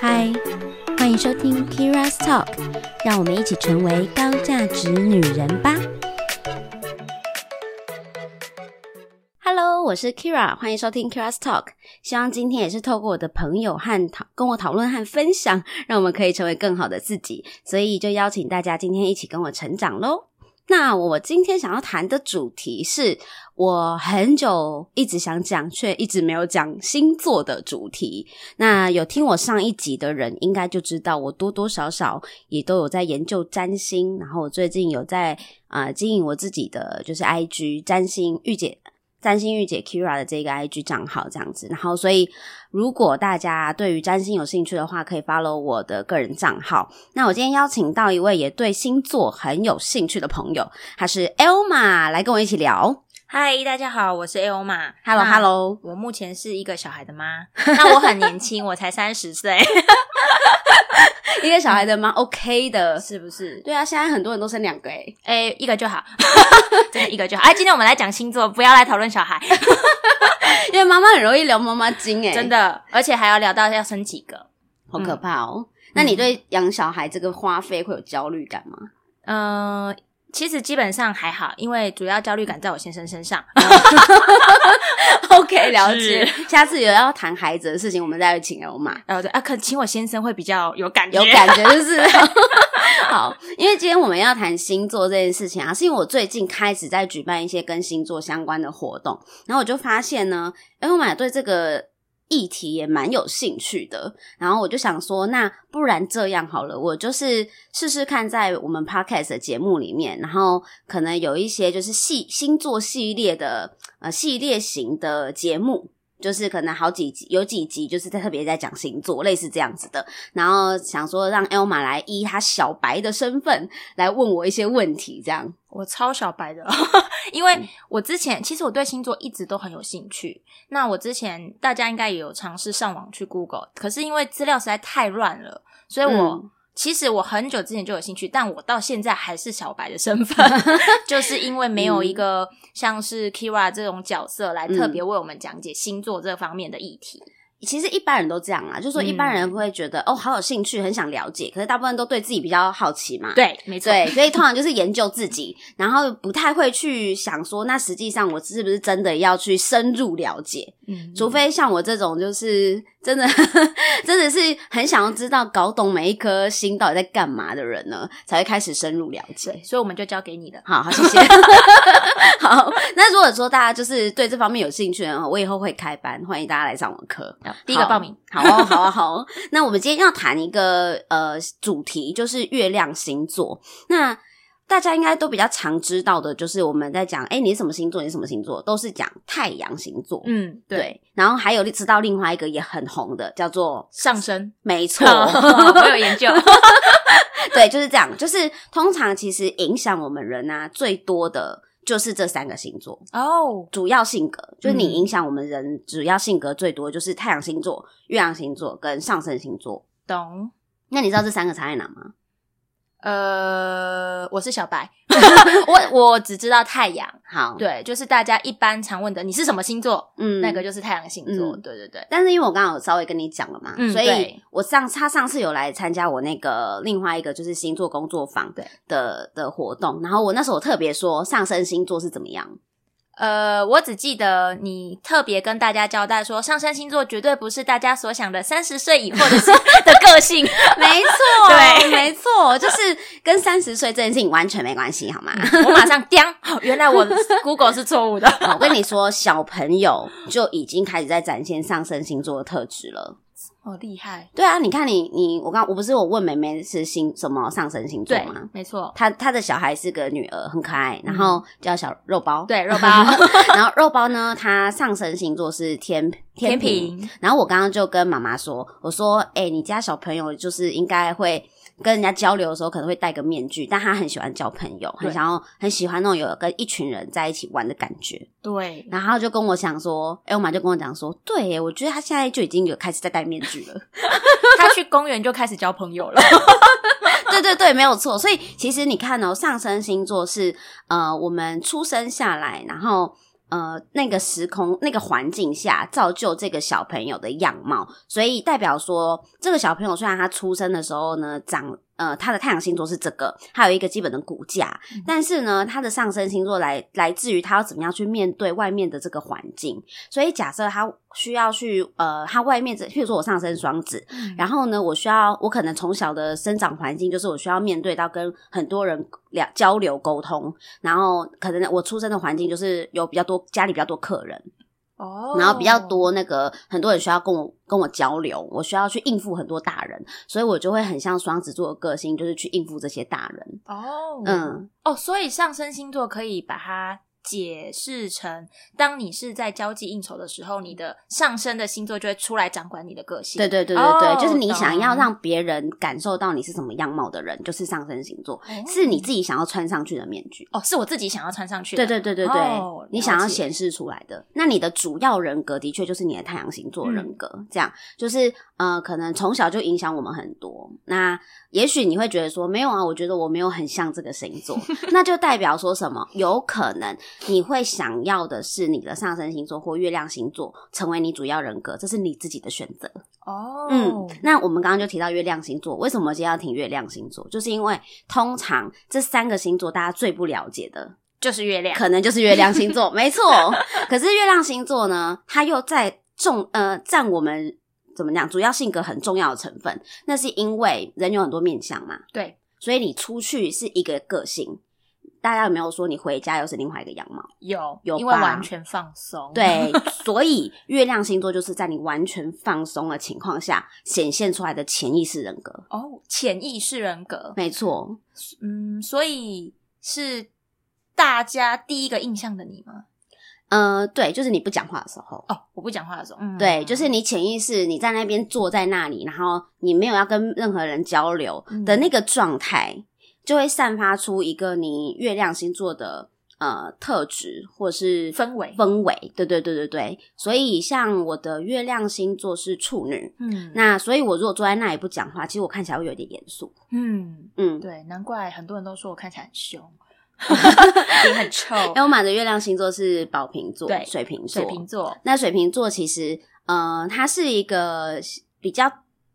嗨，欢迎收听 Kira's Talk，让我们一起成为高价值女人吧。Hello，我是 Kira，欢迎收听 Kira's Talk。希望今天也是透过我的朋友和讨跟我讨论和分享，让我们可以成为更好的自己。所以就邀请大家今天一起跟我成长喽。那我今天想要谈的主题是我很久一直想讲却一直没有讲星座的主题。那有听我上一集的人，应该就知道我多多少少也都有在研究占星，然后我最近有在啊、呃经营我自己的就是 IG 占星御姐。占星御姐 Kira 的这个 IG 账号这样子，然后所以如果大家对于占星有兴趣的话，可以 follow 我的个人账号。那我今天邀请到一位也对星座很有兴趣的朋友，他是 Elma 来跟我一起聊。嗨，大家好，我是 L 玛。 Hello Hello，我目前是一个小孩的妈， 那我很年轻，我才三 十岁，一个小孩的蛮 OK 的，是不是？对啊，现在很多人都生两个诶、欸哎、一个就好， 真的一个就好。哎、今天我们来讲星座，不要来讨论 小孩，因为妈妈很容易聊妈妈经诶、真的，而且还要聊到要生几个。好可怕哦。那你对养小孩这个花费会有焦虑感吗？嗯、其实基本上还好，因为主要焦虑感在我先生 身上。呃嗯 OK，了解。是下次有要谈孩子的事情，我们再请 L 妈。呃，对啊，可请我先生会比较有感觉，有感觉就是好，因为今天我们要谈星座这件事情啊，是因为我最近开始在举办一些跟星座相关的活动，然后我就发现呢，因为我买对这个议题也蛮有兴趣的，然后我就想说，那不然这样好了，我就是试试看，在我们 podcast 的节目里面，然后可能有一些就是系星座系列的呃系列型的节目。就是可能好几集，有几集就是在特别在讲星座，类似这样子的。然后想说让 Elma 来以她小白的身份来问我一些问题，这样。我超小白的， 因嗯为我之前其实我对星座一直都很有兴趣。那我之前大家应该也有尝试上网去 Google，可是因为资料实在太乱了，所以我、嗯其实我很久之前就有兴趣，但我到现在还是小白 的身份，就是因为没有嗯一个像是 Kira 这种角色来特别为我们讲解星座这方面的议题。其实一般人都这样啊，就说一般嗯人会觉得、哦，好有兴趣，很想了解，可是大部分都对自己比较好奇嘛。对，没错，对，所以通常就是研究自己，然后不太会去想说，那实际上我是不是真的要去深入了解？嗯除非像我这种，就是真的 真的是很想要知道、搞懂每一颗星到底在干嘛的人呢，才会开始深入了解。对，所以我们就交给你了。好好，谢 谢。好，那如果说大家就是对这方面有兴趣呢，我以后会开班，欢迎大家来上我的课。第一个报名，好哦，好哦，好哦。那我们今天要谈一个呃主题，就是月亮星座。那大家应该都比较常知道的，就是我们在讲，哎、你是什么星座？你是什么星座？都是讲太阳星座。嗯，对，然后还有知道另外一个也很红的，叫 做上升，没 错， 我有研究。对，就是这样。就是通常其实影响我们人啊最多的就是这三个星座。哦，主要性格，就是你嗯影响我们人主要性格最多，就是太阳星座、月亮星座跟上升星座。懂。那你知道这三个差在哪吗？呃，我是小 白，我我只知道太阳，好，，对，就是大家一般常问的，你是什么星座？嗯，那个。就是太阳星座，嗯对对对，但是因为我刚好有稍微跟你讲了嘛，嗯所以对我上他上次有来参加我那个另外一个就是星座工作坊对的的活动，然后我那时候我特别说上升星座是怎么 样，呃，我只记得你特别跟大家交代说，上升星座绝对不是大家所想的三十岁以后的 是的个性，没错， 对没错，就是跟三十岁这件事情完全没关系，好 吗？我马上叮，好，原来我 Google 是错误的，我跟你说，小朋友就已经开始在展现上升星座的特质了。 好厉害，对啊，你看你你我刚我不是我问妹妹是星什么上升星座对吗？，没错，她她的小孩是个女儿，很可爱，然后叫小肉包。 对肉包然后肉包呢，她上升星座是天天天平。平，然后我刚刚就跟妈妈说，我说：“哎、你家小朋友就是应该会跟人家交流的时候，可能会戴个面具，但他很喜欢交朋友，很对想要很喜欢那种有跟一群人在一起玩的感觉。”对，然后他就跟我想说，哎、我妈就跟我讲说，对耶，我觉得他现在就已经有开始在戴面具了。他去公园就开始交朋友了， 对对对，没有错。所以其实你看哦，上升星座是呃，我们出生下来，然后呃那个时空、那个环境下造就这个小朋友的样貌，所以代表说，这个小朋友虽然他出生的时候呢长。呃，他的太阳星座是这个，还有一个基本的骨架，但是呢，他的上升星座来来自于他要怎么样去面对外面的这个环境。所以假设他需要去呃，他外面这，譬如说我上升双子，嗯然后呢，我需要我可能从小的生长环境就是我需要面对到跟很多人聊交流沟通，然后可能我出生的环境就是有比较多家里比较多客人， 哦然后比较多那个很多人需要跟我跟我交流，我需要去应付很多大人，所以我就会很像双子座的个性，就是去应付这些大人。哦，嗯，哦，所以上升星座可以把它解释成，当你是在交际应酬的时候，你的上升的星座就会出来掌管你的个性。对对对对对，哦就是你想要懂让别人感受到你是什么样貌的人，就是上升星座，哦是你自己想要穿上去的面具。哦，是我自己想要穿上去的。对对对对对，哦你了想要解显示出来的，那你的主要人格的确就是你的太阳星座嗯人格，这样就是呃，可能从小就影响我们很多。那也许你会觉得说，没有啊，我觉得我没有很像这个星 座，那就代表说什么？有可能你会想要的是你的上升星座或月亮星座成为你主要人格，这是你自己的选择。哦，嗯，那我们刚刚就提到月亮星座，为什么今天要提月亮星座？就是因为通常这三个星座大家最不了解的就是月亮。可能就是月亮星座，没错。可是月亮星座呢，它又在重呃占我们怎么讲主要性格很重要的成分，那是因为人有很多面相嘛，对，所以你出去是一个个性。大家有没有说你回家又是另外一个样貌？有有因为吧完全放松。，对，所以月亮星座就是在你完全放松的情况下显现出来的潜意识人格。哦，潜意识人格。没错，嗯，所以是大家第一个印象的你吗？呃，对，就是你不讲话的时候，哦，我不讲话的时候，嗯，对，就是你潜意识你在那边坐在那里，然后你没有要跟任何人交流嗯的那个状态，就会散发出一个你月亮星座的呃特质或是氛围氛围。对对对对对，所以像我的月亮星座是处女，嗯那所以我如果坐在那里不讲话，其实我看起来会有点严肃。嗯，嗯，对，难怪很多人都说我看起来很 凶，脸很臭，因为我买的月亮星座是宝瓶座，对水瓶座，水瓶座，那水瓶座其实，呃，它是一个比较。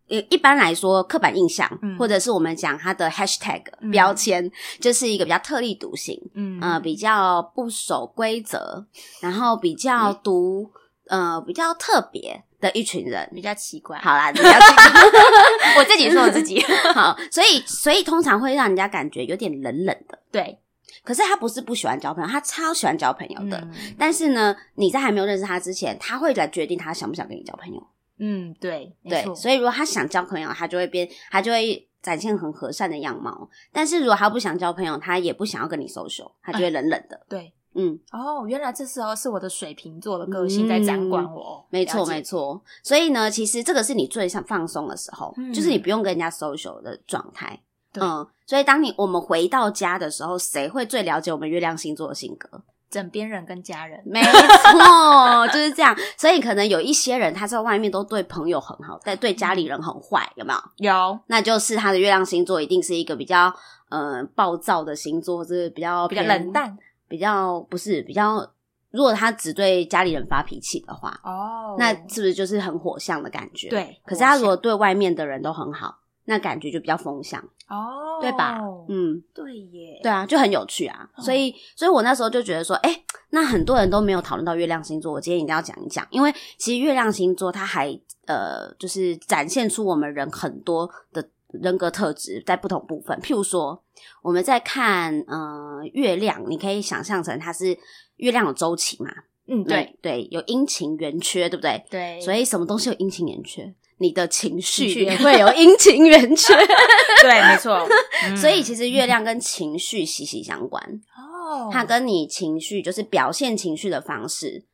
呃一般来说，刻板印象、嗯或者是我们讲它的 hashtag、嗯标签，就是一个比较特立独行，嗯呃，比较不守规则，然后比较嗯独，呃，比较特别的一群人。比较奇怪。好啦，比较特 我自己说我自己，别好，所以所以通常会让人家感觉有点冷冷的。对可是他不是不喜欢交朋友，他超喜欢交朋友的。嗯但是呢，你在还没有认识他之前，他会来决定他想不想跟你交朋友。嗯，对，没对，错所以如果他想交朋友，他就会变，他就会展现很和善的样貌。但是如果他不想交朋友，他也不想要跟你 social，他就会冷冷的。对。嗯，哦，原来这时候是我的水瓶座的个性在掌管我，哦没错，没错。错。所以呢，其实这个是你最想放松的时候，嗯就是你不用跟人家 social 的状态。对嗯，所以当你我们回到家的时候，谁会最了解我们月亮星座的性格？枕边人跟家人， 没错，就是这样。所以可能有一些人他在外面都对朋友很好，但对家里人很坏，有没有？有那就是他的月亮星座一定是一个比较呃暴躁的星座，或者是比较比较偏冷，淡比较不是比较。如果他只对家里人发脾气的话，哦那是不是就是很火象的感觉？。对。可是他我如果对外面的人都很好，那感觉就比较风向，想哦，对吧？嗯，对耶，对啊，就很有趣啊。所嗯以，所以我那时候就觉得说，哎、那很多人都没有讨论到月亮星座，我今天一定要讲一讲，因为其实月亮星座它还呃，就是展现出我们人很多的人格特质在不同部分。譬如说，我们在看呃月亮，你可以想象成它是月亮有周期嘛，嗯，对每对，有阴晴圆缺，对不对？对，所以什么东西有阴晴圆缺？你的情绪情绪也会有阴晴圆缺，对，没错。 嗯所以其实月亮跟情绪息息相关。哦，它跟你情绪就是表现情绪的方式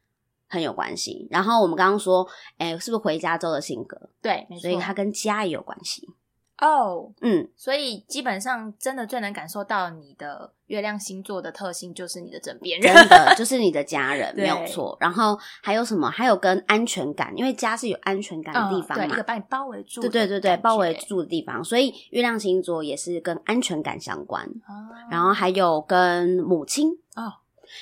很有关系。然后我们刚刚说，哎、是不是回家之后的性格？对，没错。所以它跟家也有关系。哦， 嗯，所以基本上真的最能感受到你的月亮星座的特性，就是你的枕边人真。的就是你的家人对没有错。然后还有什么？还有跟安全感，因为家是有安全感的地方嗯对，一嘛。个把你包围住，对对对对，包围。住的地方，所以月亮星座也是跟安全感相关，哦 然后还有跟母亲哦，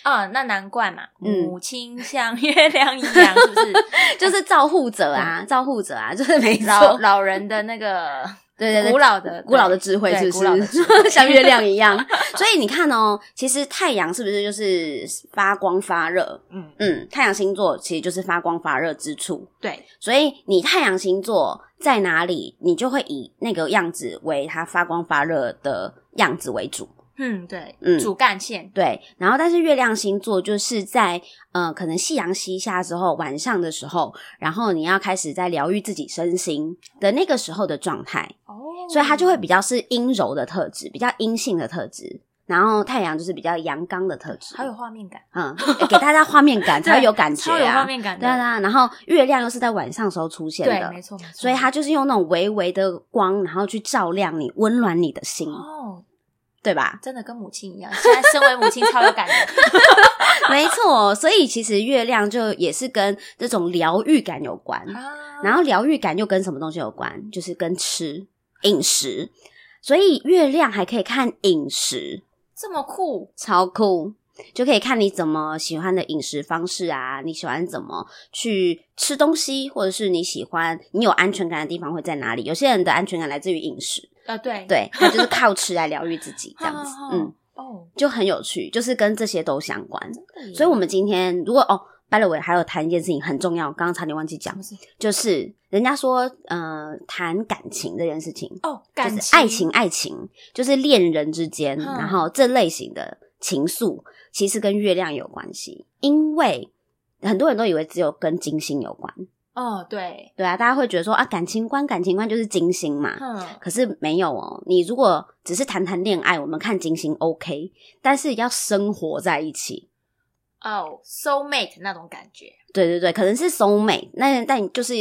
啊、那难怪嘛，嗯母亲像月亮一样，是不是？就是照护者啊，照护者啊，就是 没嗯老错，老人的那个 对对对，古老的古老的智慧对是古老不的是智 慧像月 亮一样？所以你看哦，其实太阳是不是就是发光发热？嗯，嗯，太阳星座其实就是发光发热之处。对，所以你太阳星座在哪里，你就会以那个样子为它发光发热的样子为主。嗯对，嗯主干线，对，然后但是月亮星座就是在呃，可能夕阳西下之后，晚上的时候，然后你要开始在疗愈自己身心的那个时候的状态。哦所以它就会比较是阴柔的特质，比较阴性的特质。然后太阳就是比较阳刚的特质，好有画面感，嗯，欸给大家画面 感对才会有感觉超有画啊，面感对啊对的，啊。然后月亮又是在晚上的时候出现对，的没，错，没错所以它就是用那种微微的光，然后去照亮你，温暖你的心，哦，？对吧真的跟母亲一样，现在身为母亲超有 感觉，没错，所以其实月亮就也是跟这种疗愈感有关。啊然后疗愈感又跟什么东西有关？就是跟吃饮食，所以月亮还可以看饮食。这么酷，超酷，就可以看你怎么喜欢的饮食方式啊，你喜欢怎么去吃东西，或者是你喜欢你有安全感的地方会在哪里？有些人的安全感来自于饮食，呃，对，对，他就是靠吃来疗愈自己，这好，样子好，好嗯，哦，就很有趣，就是跟这些都相关。对耶所以，我们今天如果哦。by the way，还有谈一件事情很重要，刚刚差点忘记讲什，么事就是人家说，呃，谈感情这件事情，哦，就感是爱情，爱情就是恋人之间，嗯然后这类型的情愫，其实跟月亮有关系，因为很多人都以为只有跟金星有关，哦，对，对啊，大家会觉得说啊，感情观，感情观就是金星嘛。嗯，可是没有哦，你如果只是谈谈恋爱，我们看金星 OK，但是要生活在一起，哦，soul mate 那种感觉，对对对，可能是 soul mate，那但就是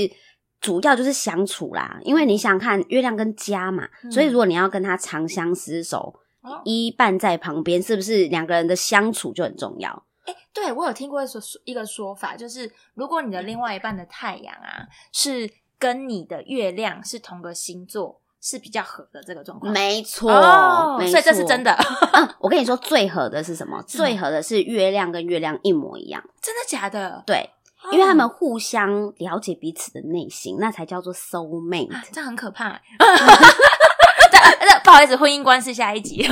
主要就是相处啦，因为你想看月亮跟家嘛，嗯所以如果你要跟他长相厮守，哦，一伴在旁边，是不是两个人的相处就很重要？对，我有听过一说一个说法，就是如果你的另外一半的太阳啊是跟你的月亮是同个星座，是比较合的这个状况。没错，哦，没所以这是真的。的， 嗯嗯，我跟你说，最合的是什么？最合的是月亮跟月亮一模一样，真的假的？对，因为他们哦互相了解彼此的内心，那才叫做 soul 啊 mate。，这样很可怕欸。 这这不好意思，婚姻官司下一集。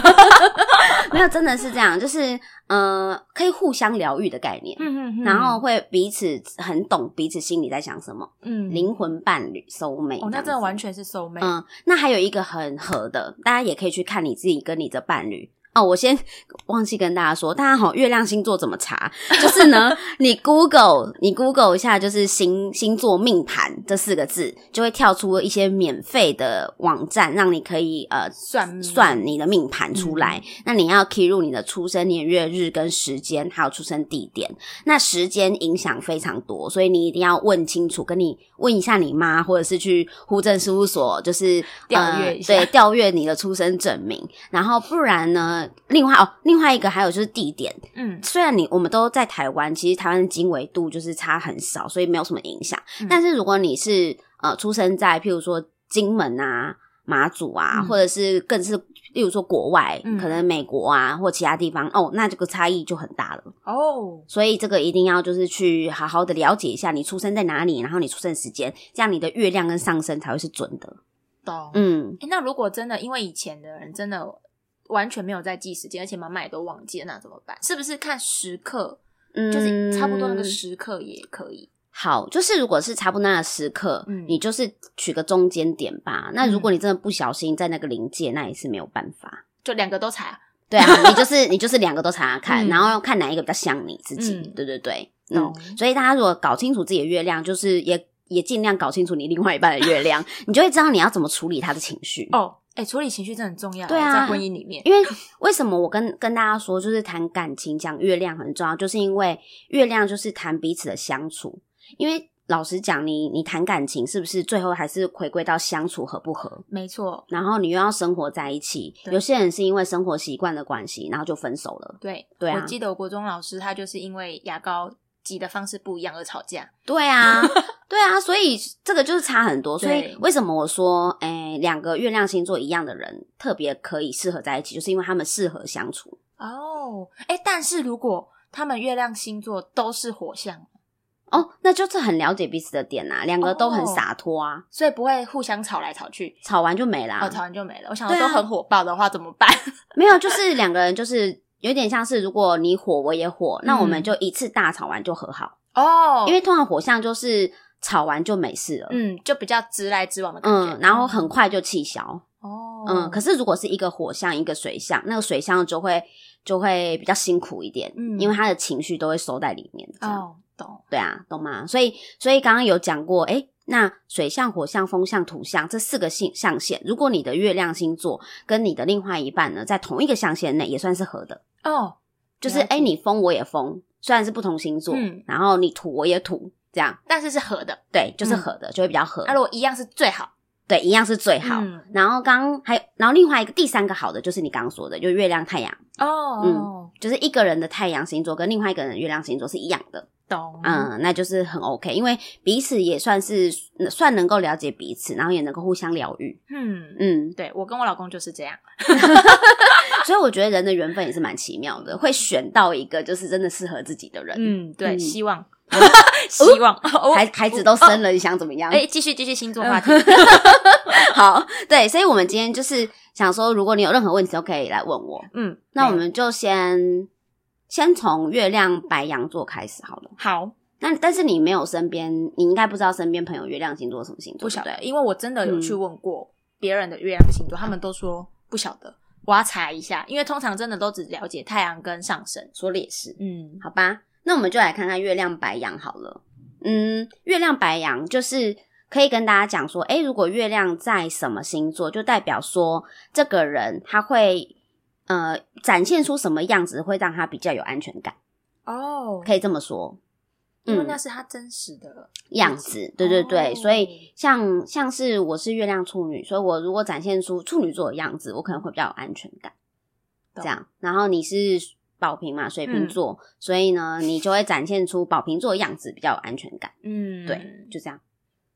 没有，真的是这样，就是呃，可以互相疗愈的概念。嗯然后会彼此很懂彼此心里在想什么，嗯灵魂伴侣 soul mate 哦，那这样真的子完全是 soul mate。嗯，那还有一个很合的，大家也可以去看你自己跟你的伴侣。哦，我先忘记跟大家说，大家好，月亮星座怎么查？就是 呢，你 Google 你 Google 一下，就是星星座命盘这四个字，就会跳出一些免费的网站，让你可以呃算命嗯算你的命盘出来。那你要 key 入你的出生年月日跟时间，还有出生地点。那时间影响非常多，所以你一定要问清楚，跟你问一下你妈，或者是去户政事务所，就是调阅一下呃、对，调阅你的出生证明。然后不然呢，另外哦，另外一个还有就是地点，嗯，虽然你我们都在台湾，其实台湾的经纬度就是差很少，所以没有什么影响。嗯但是如果你是呃出生在譬如说金门啊、马祖啊，嗯或者是更是例如说国外，嗯可能美国啊或其他地方，哦，那这个差异就很大了。哦，所以这个一定要就是去好好的了解一下你出生在哪里，然后你出生时间，这样你的月亮跟上升才会是准的。懂。嗯，诶那如果真的因为以前的人真的完全没有在记时间，而且妈妈也都忘记了，那怎么办？是不是看时刻，嗯就是差不多那个时刻也可以？好，就是如果是差不多那个时刻，嗯你就是取个中间点吧。那如果你真的不小心在那个临界，那也是没有办法。就两个都踩啊，对啊，你就是你就是两个都查查看，嗯然后看哪一个比较像你自己。嗯对对对，嗯懂，所以大家如果搞清楚自己的月亮，就是也也尽量搞清楚你另外一半的月亮， 你就会知道你要怎么处理他的情绪。哦，哎、处理情绪真的很重要，对啊在婚姻里面，因为为什么我跟跟大家说，就是谈感情讲月亮很重要，就是因为月亮就是谈彼此的相处。因为老实讲，你你谈感情是不是最后还是回归到相处合不合？没错，然后你又要生活在一起，对有些人是因为生活习惯的关系，然后就分手了。对，对啊我记得我国中老师他就是因为牙膏挤的方式不一样而吵架，对 啊，对啊，所以这个就是差很多。所以对为什么我说，哎、两个月亮星座一样的人特别可以适合在一起，就是因为他们适合相处。哦，哎、但是如果他们月亮星座都是火象，哦，那就是很了解彼此的点呐、啊，两个都很哦洒脱啊，所以不会互相吵来吵去。吵完就没啦。哦，吵完就没了。我想说对啊都很火爆的话怎么办？ 没有，就是两个人就是有点像是，如果你火我也火，那我们嗯就一次大吵完就和好，哦，因为通常火象就是吵完就没事了，嗯，就比较直来直往的感觉。嗯，然后很快就气消，哦，嗯。可是如果是一个火象一个水象，那个水象就会就会比较辛苦一点，嗯因为他的情绪都会收在里面，这样、哦，懂。对啊，懂吗？所以所以刚刚有讲过，诶。那水象、火象、风象、土象这四个性象限，如果你的月亮星座跟你的另外一半呢，在同一个象限内，也算是合的。哦，就是了哎、诶解你风我也风，虽然是不同星座，嗯然后你土我也土，这样但是是合的。对，就是嗯合的、就啊会比较合。那如果一样是最好。对，一样是最好。嗯然后刚还有，然后另外一个第三个好的就是你刚刚说的，就是月亮太阳，哦，就是一个人的太阳星座跟另外一个人的月亮星座是一样的，懂。嗯，那就是很 OK，因为彼此也算是嗯算能够了解彼此，然后也能够互相疗愈，嗯， 嗯，对我跟我老公就是这样。所以我觉得人的缘分也是蛮奇妙的，会选到一个就是真的适合自己的人，嗯，对，嗯希望， 希望。哦孩孩子都生了，你想怎么样？嗯哎，继续继续星座话题。 好，对，所以我们今天就是想说，如果你有任何问题都可以来问我。嗯， 那我们就先先从月亮白羊座开始好了。好那但是你没有身边，你应该不知道身边朋友月亮星座是什么星座，不对晓不嗯得，对？因为我真的有去问过别人的月亮星座，他们都说不晓得。我要查一下，因为通常真的都只了解太阳跟上升。说的也是，嗯，好吧？那我们就来看看月亮白羊好了。嗯，月亮白羊就是可以跟大家讲说，诶，如果月亮在什么星座，就代表说这个人他会呃展现出什么样子，会让他比较有安全感，哦，可以这么说。因为嗯那是他真实的样子，对对对，哦所以像像是我是月亮处女，所以我如果展现出处女座的样子，我可能会比较有安全感。这懂嗯样，然后你是宝瓶嘛，水瓶座，所以呢，你就会展现出宝瓶座的样子，比较有安全感。嗯，对，就这样。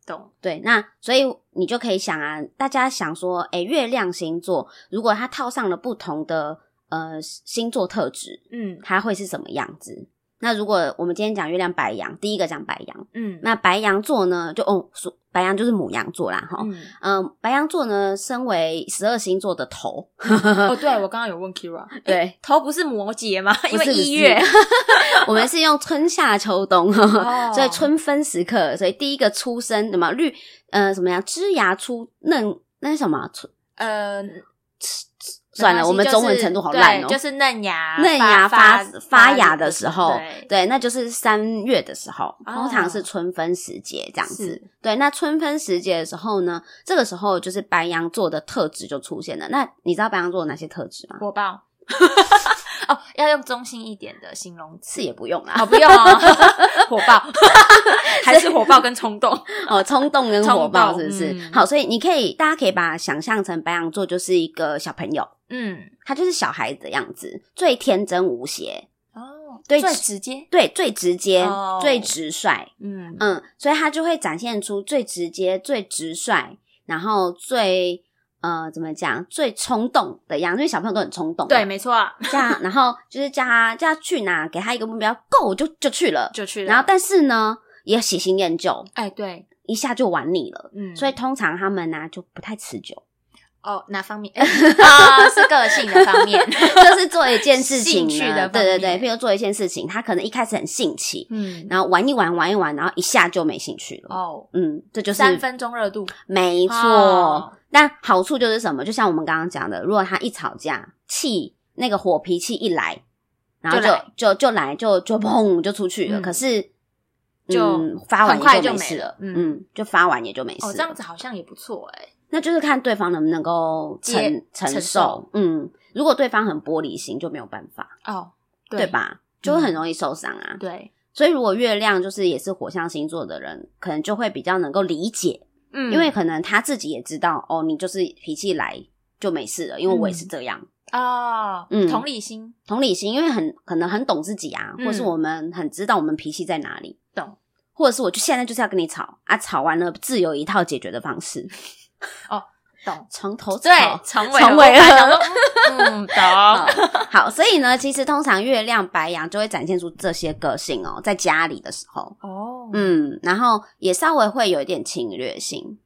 懂。对，那所以你就可以想啊，大家想说，诶，月亮星座如果它套上了不同的呃星座特质，嗯它会是什么样子？那如果我们今天讲月亮白羊，第一个讲白羊。嗯，那白羊座呢，就哦，属白羊就是母羊座啦，哈。嗯嗯、白羊座呢，身为十二星座的头，哦，对，我刚刚有问 Kira， 对，头不是摩羯吗？哎因为不是一 月不是我们是用春夏秋冬，哦所以春分时刻，所以第一个出生什么绿，呃，什么呀，枝芽出嫩，那是什么啊？春呃，算了，我们中文程度好烂哦、对就是嫩芽嫩芽发发发芽的的时候，对，哦对，那就是三月的时候，通常是春分时节这样子是。对，那春分时节的时候呢，这个时候就是白羊座的特质就出现了。那你知道白羊座有哪些特质吗？火爆。哦，要用中性一点的形容词是也不用啦，哦，不用哦， 火 爆，还是火爆跟冲动。哦，冲动跟火爆冲是动不是？嗯好，所以你可以，大家可以把它想象成白羊座就是一个小朋友，嗯，他就是小孩子的样子，最天真无邪，哦，对最直接。对，最直接，哦最直率，嗯嗯，所以他就会展现出最直接、最直率，然后最呃怎么讲最冲动的样子，因为小朋友都很冲动嘛，对，没错，这样，然后就是叫他叫他去哪，给他一个目标够就就去了，就去了。然后但是呢也喜新厌旧，哎，对，一下就玩腻了，嗯，所以通常他们呢、就不太持久，哦，哪方 面？哎啊，是个性的方 面。就是做一件事情 兴呢，趣的对对方对，面譬如做一件事情，他可能一开始很兴起，嗯，然后玩一玩玩一玩，然后一下就没兴趣了，哦，嗯，这就是三分钟热度。没错。哦但好处就是什么？就像我们刚刚讲的，如果他一吵架，气那个火脾气一来，然后就就来就就来就就砰就出去了。嗯可是就嗯发完很快也就就没没事了了，嗯嗯，就发完也就没事哦，了。这样子好像也不错哎。那就是看对方能不能够承接承承受受。嗯，如果对方很玻璃心，就没有办法，哦，对？吧？就会很容易受伤啊。对，所以如果月亮就是也是火象星座的人，可能就会比较能够理解嗯因为可能他自己也知道哦，你就是脾气来就没事了，因为我也嗯是这样。哦，嗯同理心同理心，因为很可能很懂自己啊，嗯或是我们很知道我们脾气在哪里，懂或者是我就现在就是要跟你吵啊，吵完了自有一套解决的方式。懂从头对吵，从从尾尾而 来而想说嗯，懂。好，所以呢，其实通常月亮白羊就会展现出这些个性哦，在家里的时候，哦，嗯，然后也稍微会有一点侵略性，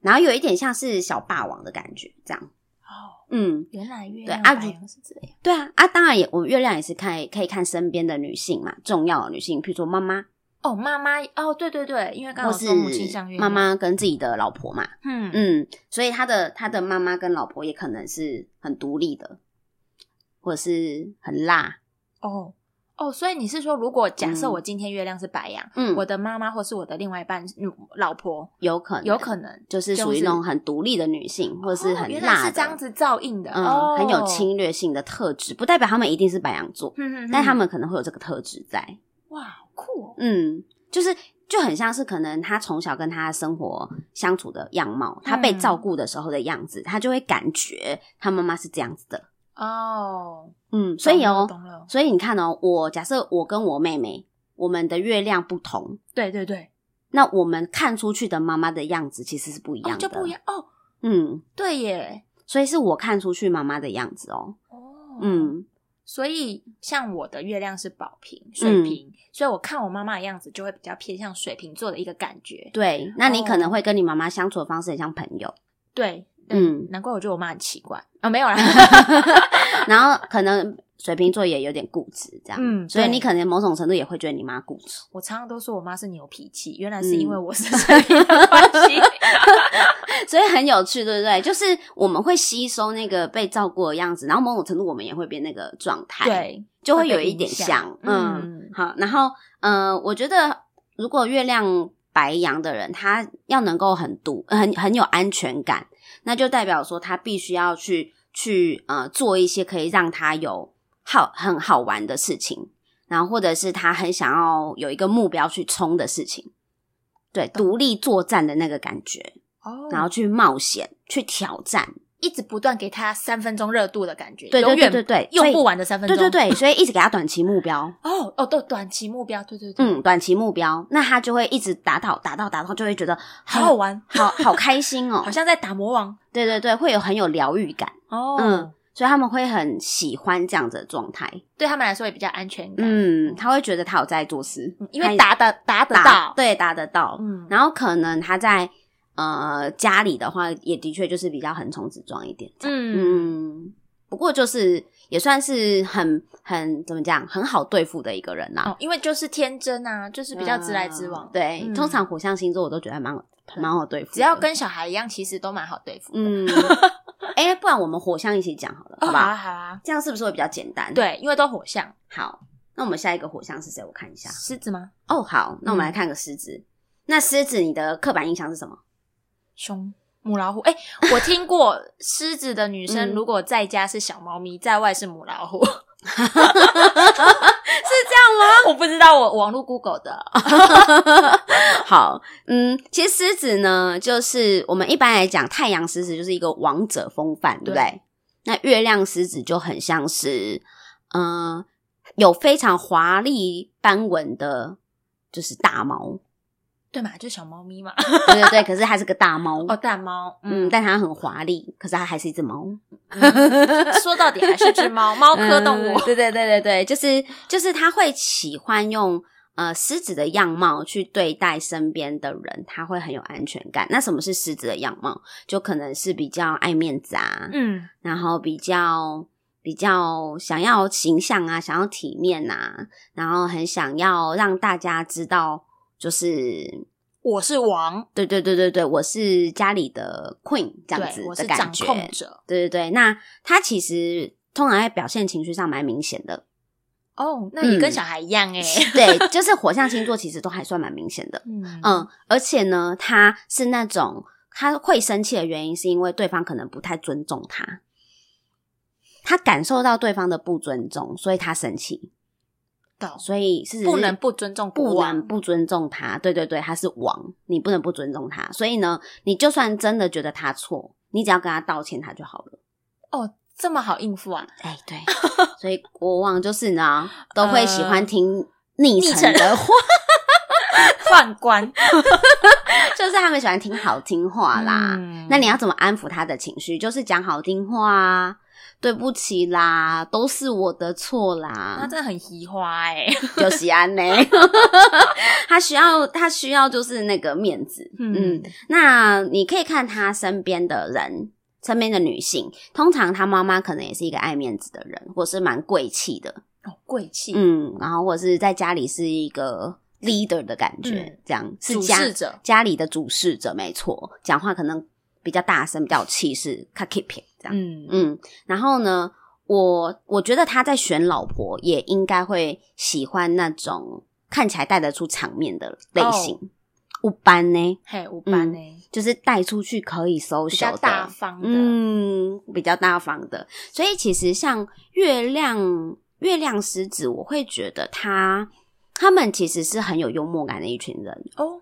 然后有一点像是小霸王的感觉，这样，哦，嗯，原来月对亮啊白如羊是这样。对啊，啊，当然也，我月亮也是看可以看身边的女性嘛，重要的女性，譬如说妈妈，哦，妈妈，哦，对对对，因为刚或好是说母亲像月妈亮，妈跟自己的老婆嘛，嗯，嗯，所以他的他的妈妈跟老婆也可能是很独立的，或者是很辣，哦哦，所以你是说，如果假设嗯我今天月亮是白羊，嗯，我的妈妈或是我的另外一半女老婆，有可能有可能就是属于那种很独立的女性，或者是哦很原来辣的，是这样子造印的，嗯，哦，很有侵略性的特质，不代表他们一定是白羊座，嗯，嗯嗯但他们可能会有这个特质在，哇，好酷哦，嗯，就是就很像是可能他从小跟他生活相处的样貌，他被嗯照顾的时候的样子，他就会感觉他妈妈是这样子的，哦，嗯，所以懂了哦，懂了，所以你看哦，我假设我跟我妹妹，我们的月亮不同，对对对，那我们看出去的妈妈的样子其实是不一样哦，的，就不一，样哦，嗯，对耶，所以是我看出去妈妈的样子哦，哦，。嗯，所以，像我的月亮是宝瓶、嗯水瓶，所以我看我妈妈的样子，就会比较偏向水瓶座的一个感觉。对，那你哦可能会跟你妈妈相处的方式很像朋友，对，嗯嗯，难怪我觉得我妈很奇怪啊、没有啦，然后可能水瓶座也有点固执这样，嗯所以对你可能某种程度也会觉得你妈固执， 我常常都说我妈是牛脾气，原来是因为嗯我是水瓶的关 系。所以很有趣，对不对？就是我们会吸收那个被照顾的样子，然后某种程度我们也会变那个状态，，对，就会会被有一点影响像，嗯嗯，好，然后呃，我觉得如果月亮白羊的人，他要能够很独、很很有安全感，那就代表说他必须要去去呃做一些可以让他有好很好玩的事情，然后或者是他很想要有一个目标去冲的事情，对，独立作战的那个感觉，哦，然后去冒险、去挑战，一直不断给她三分钟热度的感觉，对对永对远对对，所用以不完的三分对钟。对对，所以一直给他短期目标。哦哦，对，短期目标，对对对，嗯，短期目标，那他就会一直达到，达到，达到，就会觉得好好，玩，好好开心哦。好像在打魔王对对对，会有很有疗愈感，哦。嗯所以他们会很喜欢这样子的状态。对他们来说也比较安全感，嗯，他会觉得他有在做事，嗯因他为达的达得达到，对达得到。嗯，然后可能他在呃家里的话，也的确就是比较横冲直撞一点。嗯，嗯，不过就是也算是很很怎么讲，很好对付的一个人啦、哦，因为就是天真啊，就是比较直来直往，嗯对，嗯通常火象星座我都觉得还蛮好蛮好对付的，只要跟小孩一样，其实都蛮好对付的。 嗯，哎、不然我们火象一起讲好了，哦好好啊吧？好啊，这样是不是会比较简单？，对，因为都火象，好，那我们下一个火象是谁？我看一下。狮子吗？哦，好，那我嗯们来看个狮子。那狮子，你的刻板印象是什么？熊、母老虎。哎、我听过狮子的女生，嗯如果在家是小猫咪，在外是母 老虎，是这样吗？我不知道，我网络 Google 的。 好，嗯，其实狮子呢，就是我们一般来讲，太阳狮子就是一个王者风范，对不对？那月亮狮子就很像是，嗯、有非常华丽斑纹的，就是大猫，对嘛，就是小猫咪嘛。对对对，可是它是个大猫，哦，大猫，嗯，嗯，但它很华丽，可是它还是一只猫， 说到底还是只猫，猫科动物嗯。对对对对对，就是就是他会喜欢用呃狮子的样貌去对待身边的人，他会很有安全感。那什么是狮子的样貌？就可能是比较爱面子啊，嗯，然后比较比较想要形象啊，想要体面啊，然后很想要让大家知道，就是。我是王，对对对对对，我是家里的 queen 这样子对，我的是感掌觉，控者。对对对，那他其实通常在表现情绪上蛮明显的，哦，那你跟嗯小孩一 样哎、对，就是火象星座其实都还算蛮明显的，嗯嗯，而且呢，他是那种他会生气的原因，是因为对方可能不太尊重他，他感受到对方的不尊重，所以他生气，懂，所以是不能不尊重国不王能不尊重他，对对对，他是王，你不能不尊重他，所以呢，你就算真的觉得他错，你只要跟他道歉，他就好了。哦，这么好应付啊？哎， 对，呃所以国王就是呢，都会喜欢听逆逆臣的话，宦官就是他们喜欢听好听话啦。嗯那你要怎么安抚他的情绪？就是讲好听话啊，对不起啦，都是我的错他啦，真的很移花哎、就是安呢。 他需要，他需要就是那个面子。嗯，那你可以看他身边的人，身边的女性，通常他妈妈可能也是一个爱面子的人，或是蛮贵气的，哦，贵气，嗯，然后或者是在家里是一个 leader 的感觉，嗯这样是主家事者，家里的主事者，没错，讲话可能比较大声，比较有气势，卡 keep 这样，嗯嗯，然后呢，我我觉得他在选老婆也应该会喜欢那种看起来带得出场面的类型，哦一般呢。嘿，五嗯班呢、就是带出去可以搜比小较的，大方的，嗯，比较大方的。所以其实像月亮月亮狮子，我会觉得他他们其实是很有幽默感的一群人，哦，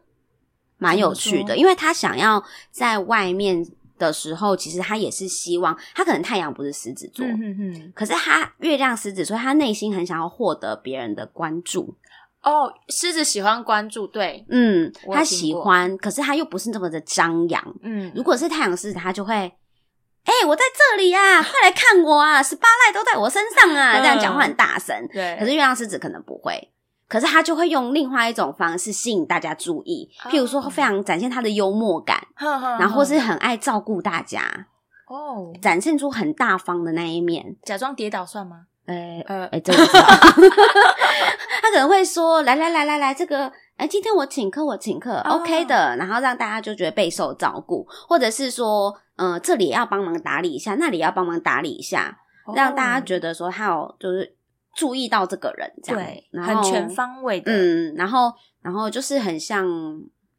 蛮有趣怎么说的。因为他想要在外面的时候，其实他也是希望他可能太阳不是狮子座。嗯哼哼，可是他月亮狮子，所以他内心很想要获得别人的关注，哦，狮子喜欢关注，对，嗯，我有他听喜过欢，可是他又不是那么的张扬，嗯如果是太阳狮子，他就会，哎、我在这里啊，快来看我啊，十八赖都在我身上啊， 嗯这样讲话很大声。对，可是月亮狮子可能不会，可是他就会用另外一种方式吸引大家注意，哦譬如说非常展现他的幽默感，哼，嗯哼然后或是很爱照顾大家，哼哦，展现出很大方的那一面。假装跌倒算吗？呃，呃，哎、这我 不知道，他可能会说，来来来来来，这个。哎，今天我请客，我请客、哦 o k 的，然后让大家就觉得备受照顾，或者是说，呃，这里也要帮忙打理一下，那里也要帮忙打理一下，哦让大家得觉得说他有就是注意到这个人，这样，对，然很后全，方位的。嗯，然后然后就是很像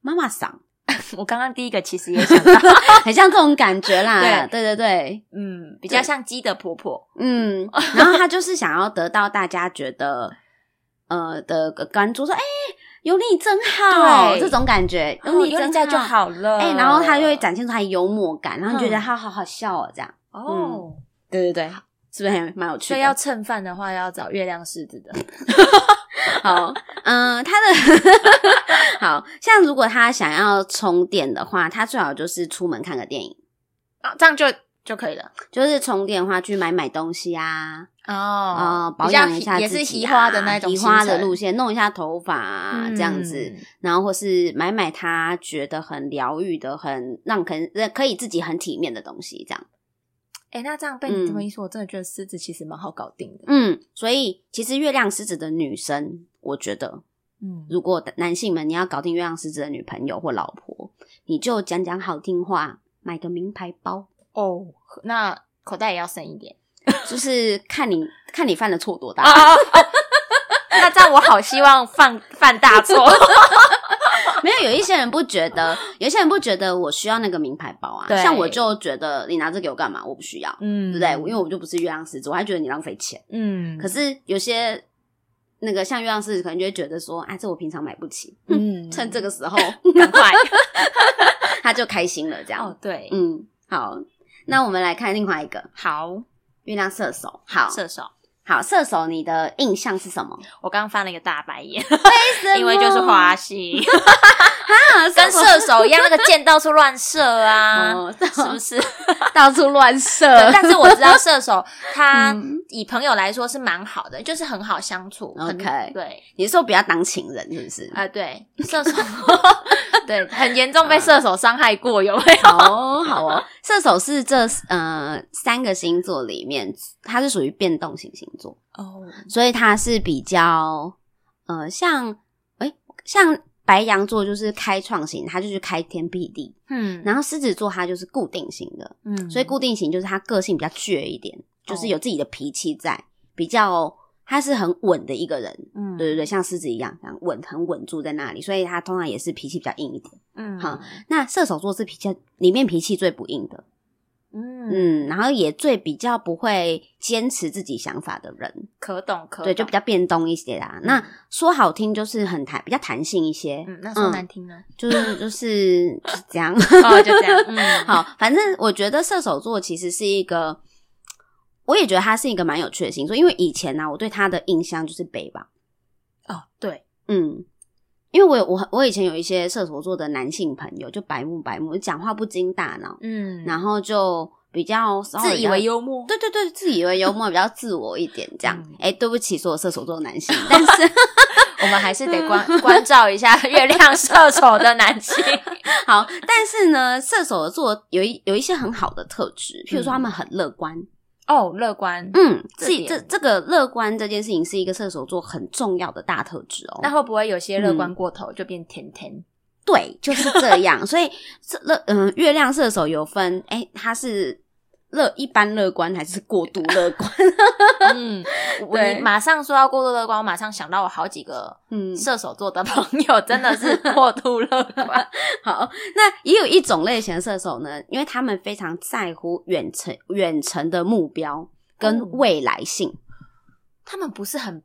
妈妈桑，我刚刚第一个 其实也想到，很像这种感觉 啦，对对对，嗯，比较对像鸡的婆婆，嗯，然后他就是想要得到大家觉得呃的关注，说哎、有你真好，对这种感觉，哦你有真你在就。好了。哎、然后他就会展现出他的幽默感，然后你就觉得嗯他好好笑哦，这样，哦，对对对，是不嗯是还蛮有趣所的？以要蹭饭的话，要找月亮狮子的。好，嗯、他的 好像如果他想要充电的话，他最好就是出门看个电影，啊，这样就就可以了。就是充电的话去买买东西啊，哦呃，保养一下也自是己移啊花的那种移行花的程路线，弄一下头发啊，这样子，嗯然后或是买买他觉得很疗愈的、很让可能呃可以自己很体面的东西，这样。哎，那这样被你这么嗯一说，我真的觉得狮子其实蛮好搞定的。嗯，所以其实月亮狮子的女生，我觉得嗯，如果男性们你要搞定月亮狮子的女朋友或老婆，你就讲讲好听话，买个名牌包，哦，那口袋也要深一点。就是看你看你犯的错多大。 啊！那这样我好希望犯犯大错。没有，有一些人不觉得，有一些人不觉得我需要那个名牌包啊。对像我就觉得你拿这给我干嘛？我不需要，嗯对不对？因为我就不是月亮狮子，我还觉得你浪费钱。嗯，可是有些那个像月亮狮子，可能就会觉得说，啊，这我平常买不起，嗯趁这个 个时候赶快 他就开心了，这样。嗯哦，对，嗯，好，那我们来看另外一个好，月亮射手。好，射手，好，射手，你的印象是什么？我刚刚翻了一个大白眼，什么因为就是花心，哦啊，跟手射手一样，那个箭到处乱射 啊，哦，是不是？到处乱射？对但是我知道 射手他呃嗯以朋友来说是蛮好的，就是很好相处。很 OK 对 你是说不要当情人，是不是？啊，对 射手，对很严重被射手伤害过，有没有？好哦，好哦， 射手是这呃三个星座里面，它是属于变动型星座， 哦，所以它是比较呃像诶、像白羊座就是开创型，它就是开天辟地，嗯然后狮子座它就是固定型的，嗯哦所以固定型就是它个性比较倔一点，就是有自己的脾气在，比较他是很稳的一个人。嗯对对对，像狮子一样，这样稳，很稳住在那里，所以他通常也是脾气比较硬一点。嗯好那射手座是脾气里面脾气最不硬的，嗯，嗯，然后也最比较不会坚持自己想法的人，可懂可懂对，就比较变动一些啦。那说好听就是很弹，比较弹性一些，嗯，那说难听呢？ 就是就是就是这样。哦，就这样，嗯， 好，反正我觉得射手座其实是一个，我也觉得他是一个蛮有趣的啊星座，因为以前呢、我对他的印象就是北吧，哦，对，嗯，因为我有我我以前有一些射手座的男性朋友，就白目白目，讲话不经大脑，嗯，然后就比较自以为默。幽默，对对对，自以为幽默，比较自我一点，这样嗯。哎、对不起，所有射手座男性， 但是我们还是得关 关照 一下月亮射手的男性。好，但是呢，射手座有一有一些很好的特质，譬如说他们很乐观，哦，乐观，嗯，嗯这自己这点这个乐观这件事情是一个射手座很重要的大特质哦。那会不会有些乐嗯观过头就变甜甜？对，就是这样。所以这乐嗯，月亮射手有分，哎、他是乐一般乐观还是过度乐观？ 嗯，我对你马上说到过度乐观，我马上想到我好几个嗯，射手座的朋友真的是过度乐观。 好，那也有一种类型的射手呢，因为他们非常在乎远程远程的目标哦跟未来性，他们不是很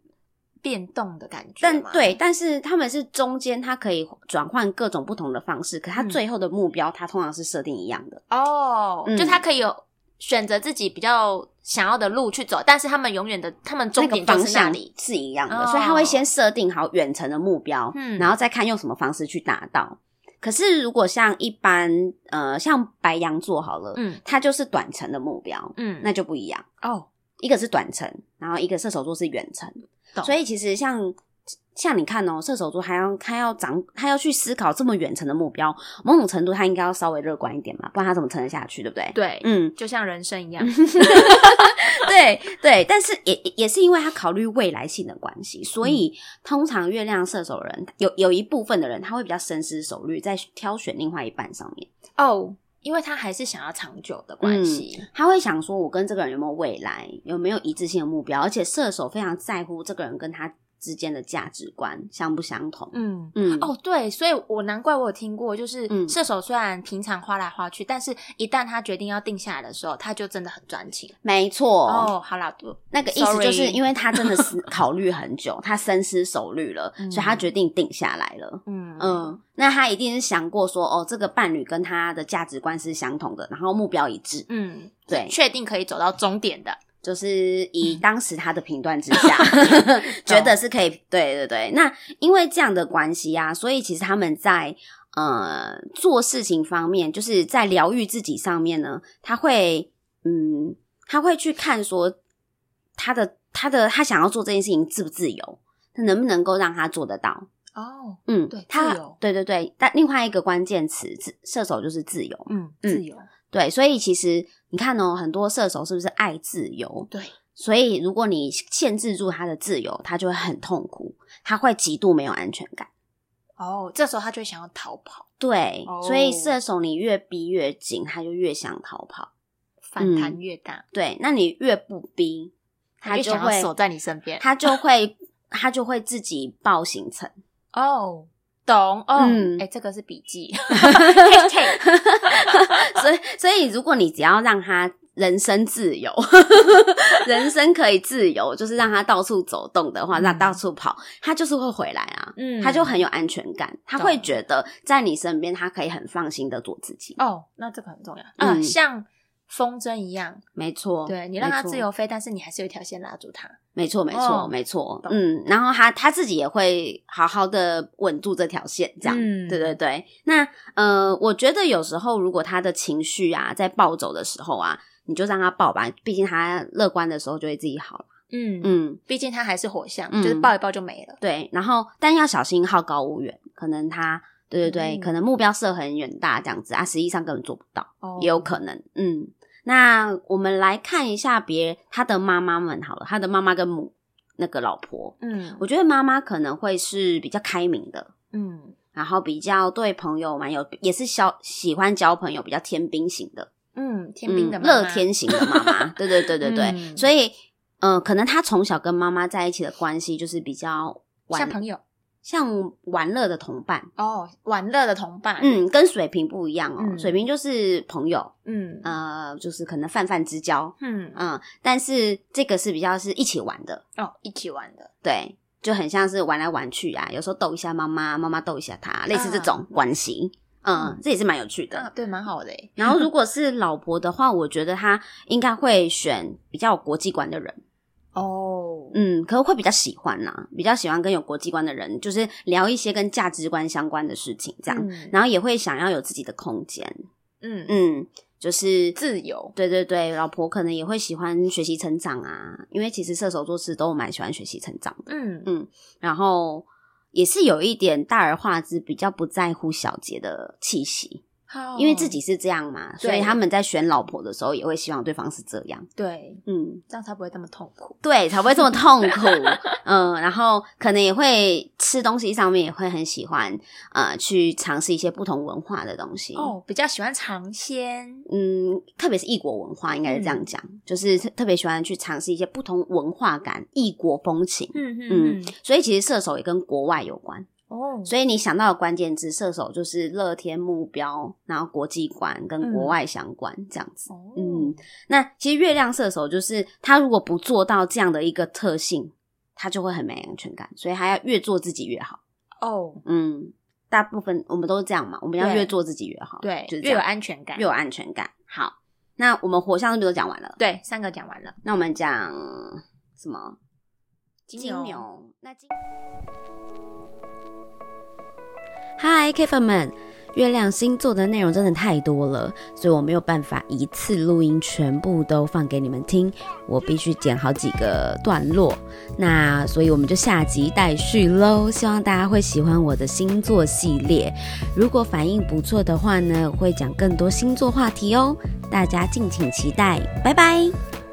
变动的感觉，但，对，但是他们是中间他可以转换各种不同的方式，可他嗯最后的目标他通常是设定一样的。哦，嗯就他可以有选择自己比较想要的路去走，但是他们永远的他们那终个点方就是那向里。是一样的，哦所以他会先设定好远程的目标，嗯然后再看用什么方式去达到。可是如果像一般呃，像白羊座好了，嗯它就是短程的目标，嗯，那就不一样。哦，一个是短程，然后一个射手座是远程，懂所以其实像像你看哦，射手座还要他要长，他要去思考这么远程的目标，某种程度他应该要稍微乐观一点嘛，不然他怎么撑得下去，对不对？对，嗯，就像人生一样， 对对，但是也也也是因为他考虑未来性的关系，所以、通常月亮射手人有有一部分的人他会比较深思熟虑，在挑选另外一半上面，哦，因为他还是想要长久的关系。他会想说我跟这个人有没有未来，有没有一致性的目标，而且射手非常在乎这个人跟他之间的价值观相不相同。嗯，嗯，哦，对，所以我难怪我有听过，就是嗯射手虽然平常花来花去，但是一旦他决定要定下来的时候，他就真的很专情。没错，哦，好啦，对那个意思就是，sorry 因为他真的 思考虑很久，他深思熟虑了，嗯所以他决定定下来了。嗯嗯，那他一定是想过说，哦，这个伴侣跟他的价值观是相同的，然后目标一致，嗯，对，确定可以走到终点的。就是嗯以当时他的评断之 下，觉得是可以，对对对。那因为这样的关系啊，所以其实他们在呃做事情方面，就是在疗愈自己上面呢，他会嗯，他会去看说他的他的他想要做这件事情自不自由，他能不能够让他做得到？哦，嗯，对他自由对对对。但另外一个关键词，自射手就是自由，嗯，嗯自由，对，所以其实你看哦，很多射手是不是爱自由？对，所以，如果你限制住他的自由，他就会很痛苦，他会极度没有安全感。哦，这时候他就会想要逃跑，对，哦所以射手你越逼越紧，他就越想逃跑。反嗯弹越大，对，那你越不逼，他就就想要会守在你身边。他就会他就会自己报行程。哦，懂哦，哎、嗯这个是笔 记，hashtag 所以，所以如果你只要让他人生自由， 人生可以自由，就是让他到处走动的话，让嗯到处跑，他就是会回来啊。嗯他就很有安全感，他懂会觉得在你身边，他可以很放心的做自己。哦，那这个很重要啊、嗯像风筝一样，没错，对你让它没错自由，飞，但是你还是有一条线拉住它。没错，没错，哦没错。懂嗯，然后他他自己也会好好的稳住这条线，这样。嗯对对对。那呃，我觉得有时候如果他的情绪啊在暴走的时候啊，你就让他暴吧，毕竟他乐观的时候就会自己好了。嗯嗯，毕竟它还是火象，嗯就是抱一抱就没了。对。然后但要小心好高骛远，可能他。对对对，嗯可能目标设很远大这样子啊，实际上根本做不到。哦也有可能。嗯，那我们来看一下别他的妈妈们好了，他的妈妈跟母那个老婆，嗯我觉得妈妈可能会是比较开明的，嗯然后比较对朋友蛮有，也是交喜欢交朋友，比较天兵型的，嗯，天兵的嗯妈妈乐、天型的妈妈。对对对对对，嗯所以呃，可能他从小跟妈妈在一起的关系就是比较像玩朋友像玩乐的同伴。哦，玩乐的同伴。嗯，跟水瓶不一样哦，嗯水瓶就是朋友，嗯呃，就是可能泛泛之交，嗯嗯，但是这个是比较是一起玩的，哦，一起玩的。对，就很像是玩来玩去啊，有时候逗一下妈妈，妈妈逗一下他，类似这种关系。嗯，嗯这也是蛮有趣的。啊，对，蛮好的欸。 然后如果是老婆的话，我觉得她应该会选比较有国际观的人。哦，嗯，可能会比较喜欢呐、比较喜欢跟有国际观的人，就是聊一些跟价值观相关的事情，这样，嗯然后也会想要有自己的空间，嗯嗯，就是自由，对对对，老婆可能也会喜欢学习成长啊，因为其实射手座是都蛮喜欢学习成长的，嗯然后也是有一点大而化之，比较不在乎小节的气息，好因为自己是这样嘛，所以哦对他们在选老婆的时候也会希望对方是这样，对，嗯，这样才不会这么痛苦。对，才不会这么痛苦。嗯，然后可能也会吃东西上面也会很喜欢，呃，去尝试一些不同文化的东西。，哦，比较喜欢尝鲜，嗯，特别是异国文化，应该是嗯这样讲，就是特特别喜欢去尝试一些不同文化感、异国风情。嗯嗯，所以其实射手也跟国外有关，哦，所以你想到的关键字，射手就是乐天目标，然后国际观跟嗯国外相关、这样子。哦嗯，那其实月亮射手就是他如果不做到这样的一个特性，他就会很没安全感，所以他要越做自己越好。哦，嗯，大部分我们都是这样嘛，我们要对越做自己越好，对就是，这越有样安全感越。有安全感。好，那我们火象是不是都讲完了？对，三个讲完了，那我们讲什么？金金牛，那金。嗨，K 粉们，月亮星座的内容真的太多了，所以我没有办法一次录音全部都放给你们听，我必须剪好几个段落。那所以我们就下集待续喽，希望大家会喜欢我的星座系列。如果反应不错的话呢，我会讲更多星座话题哦，大家敬请期待，拜拜。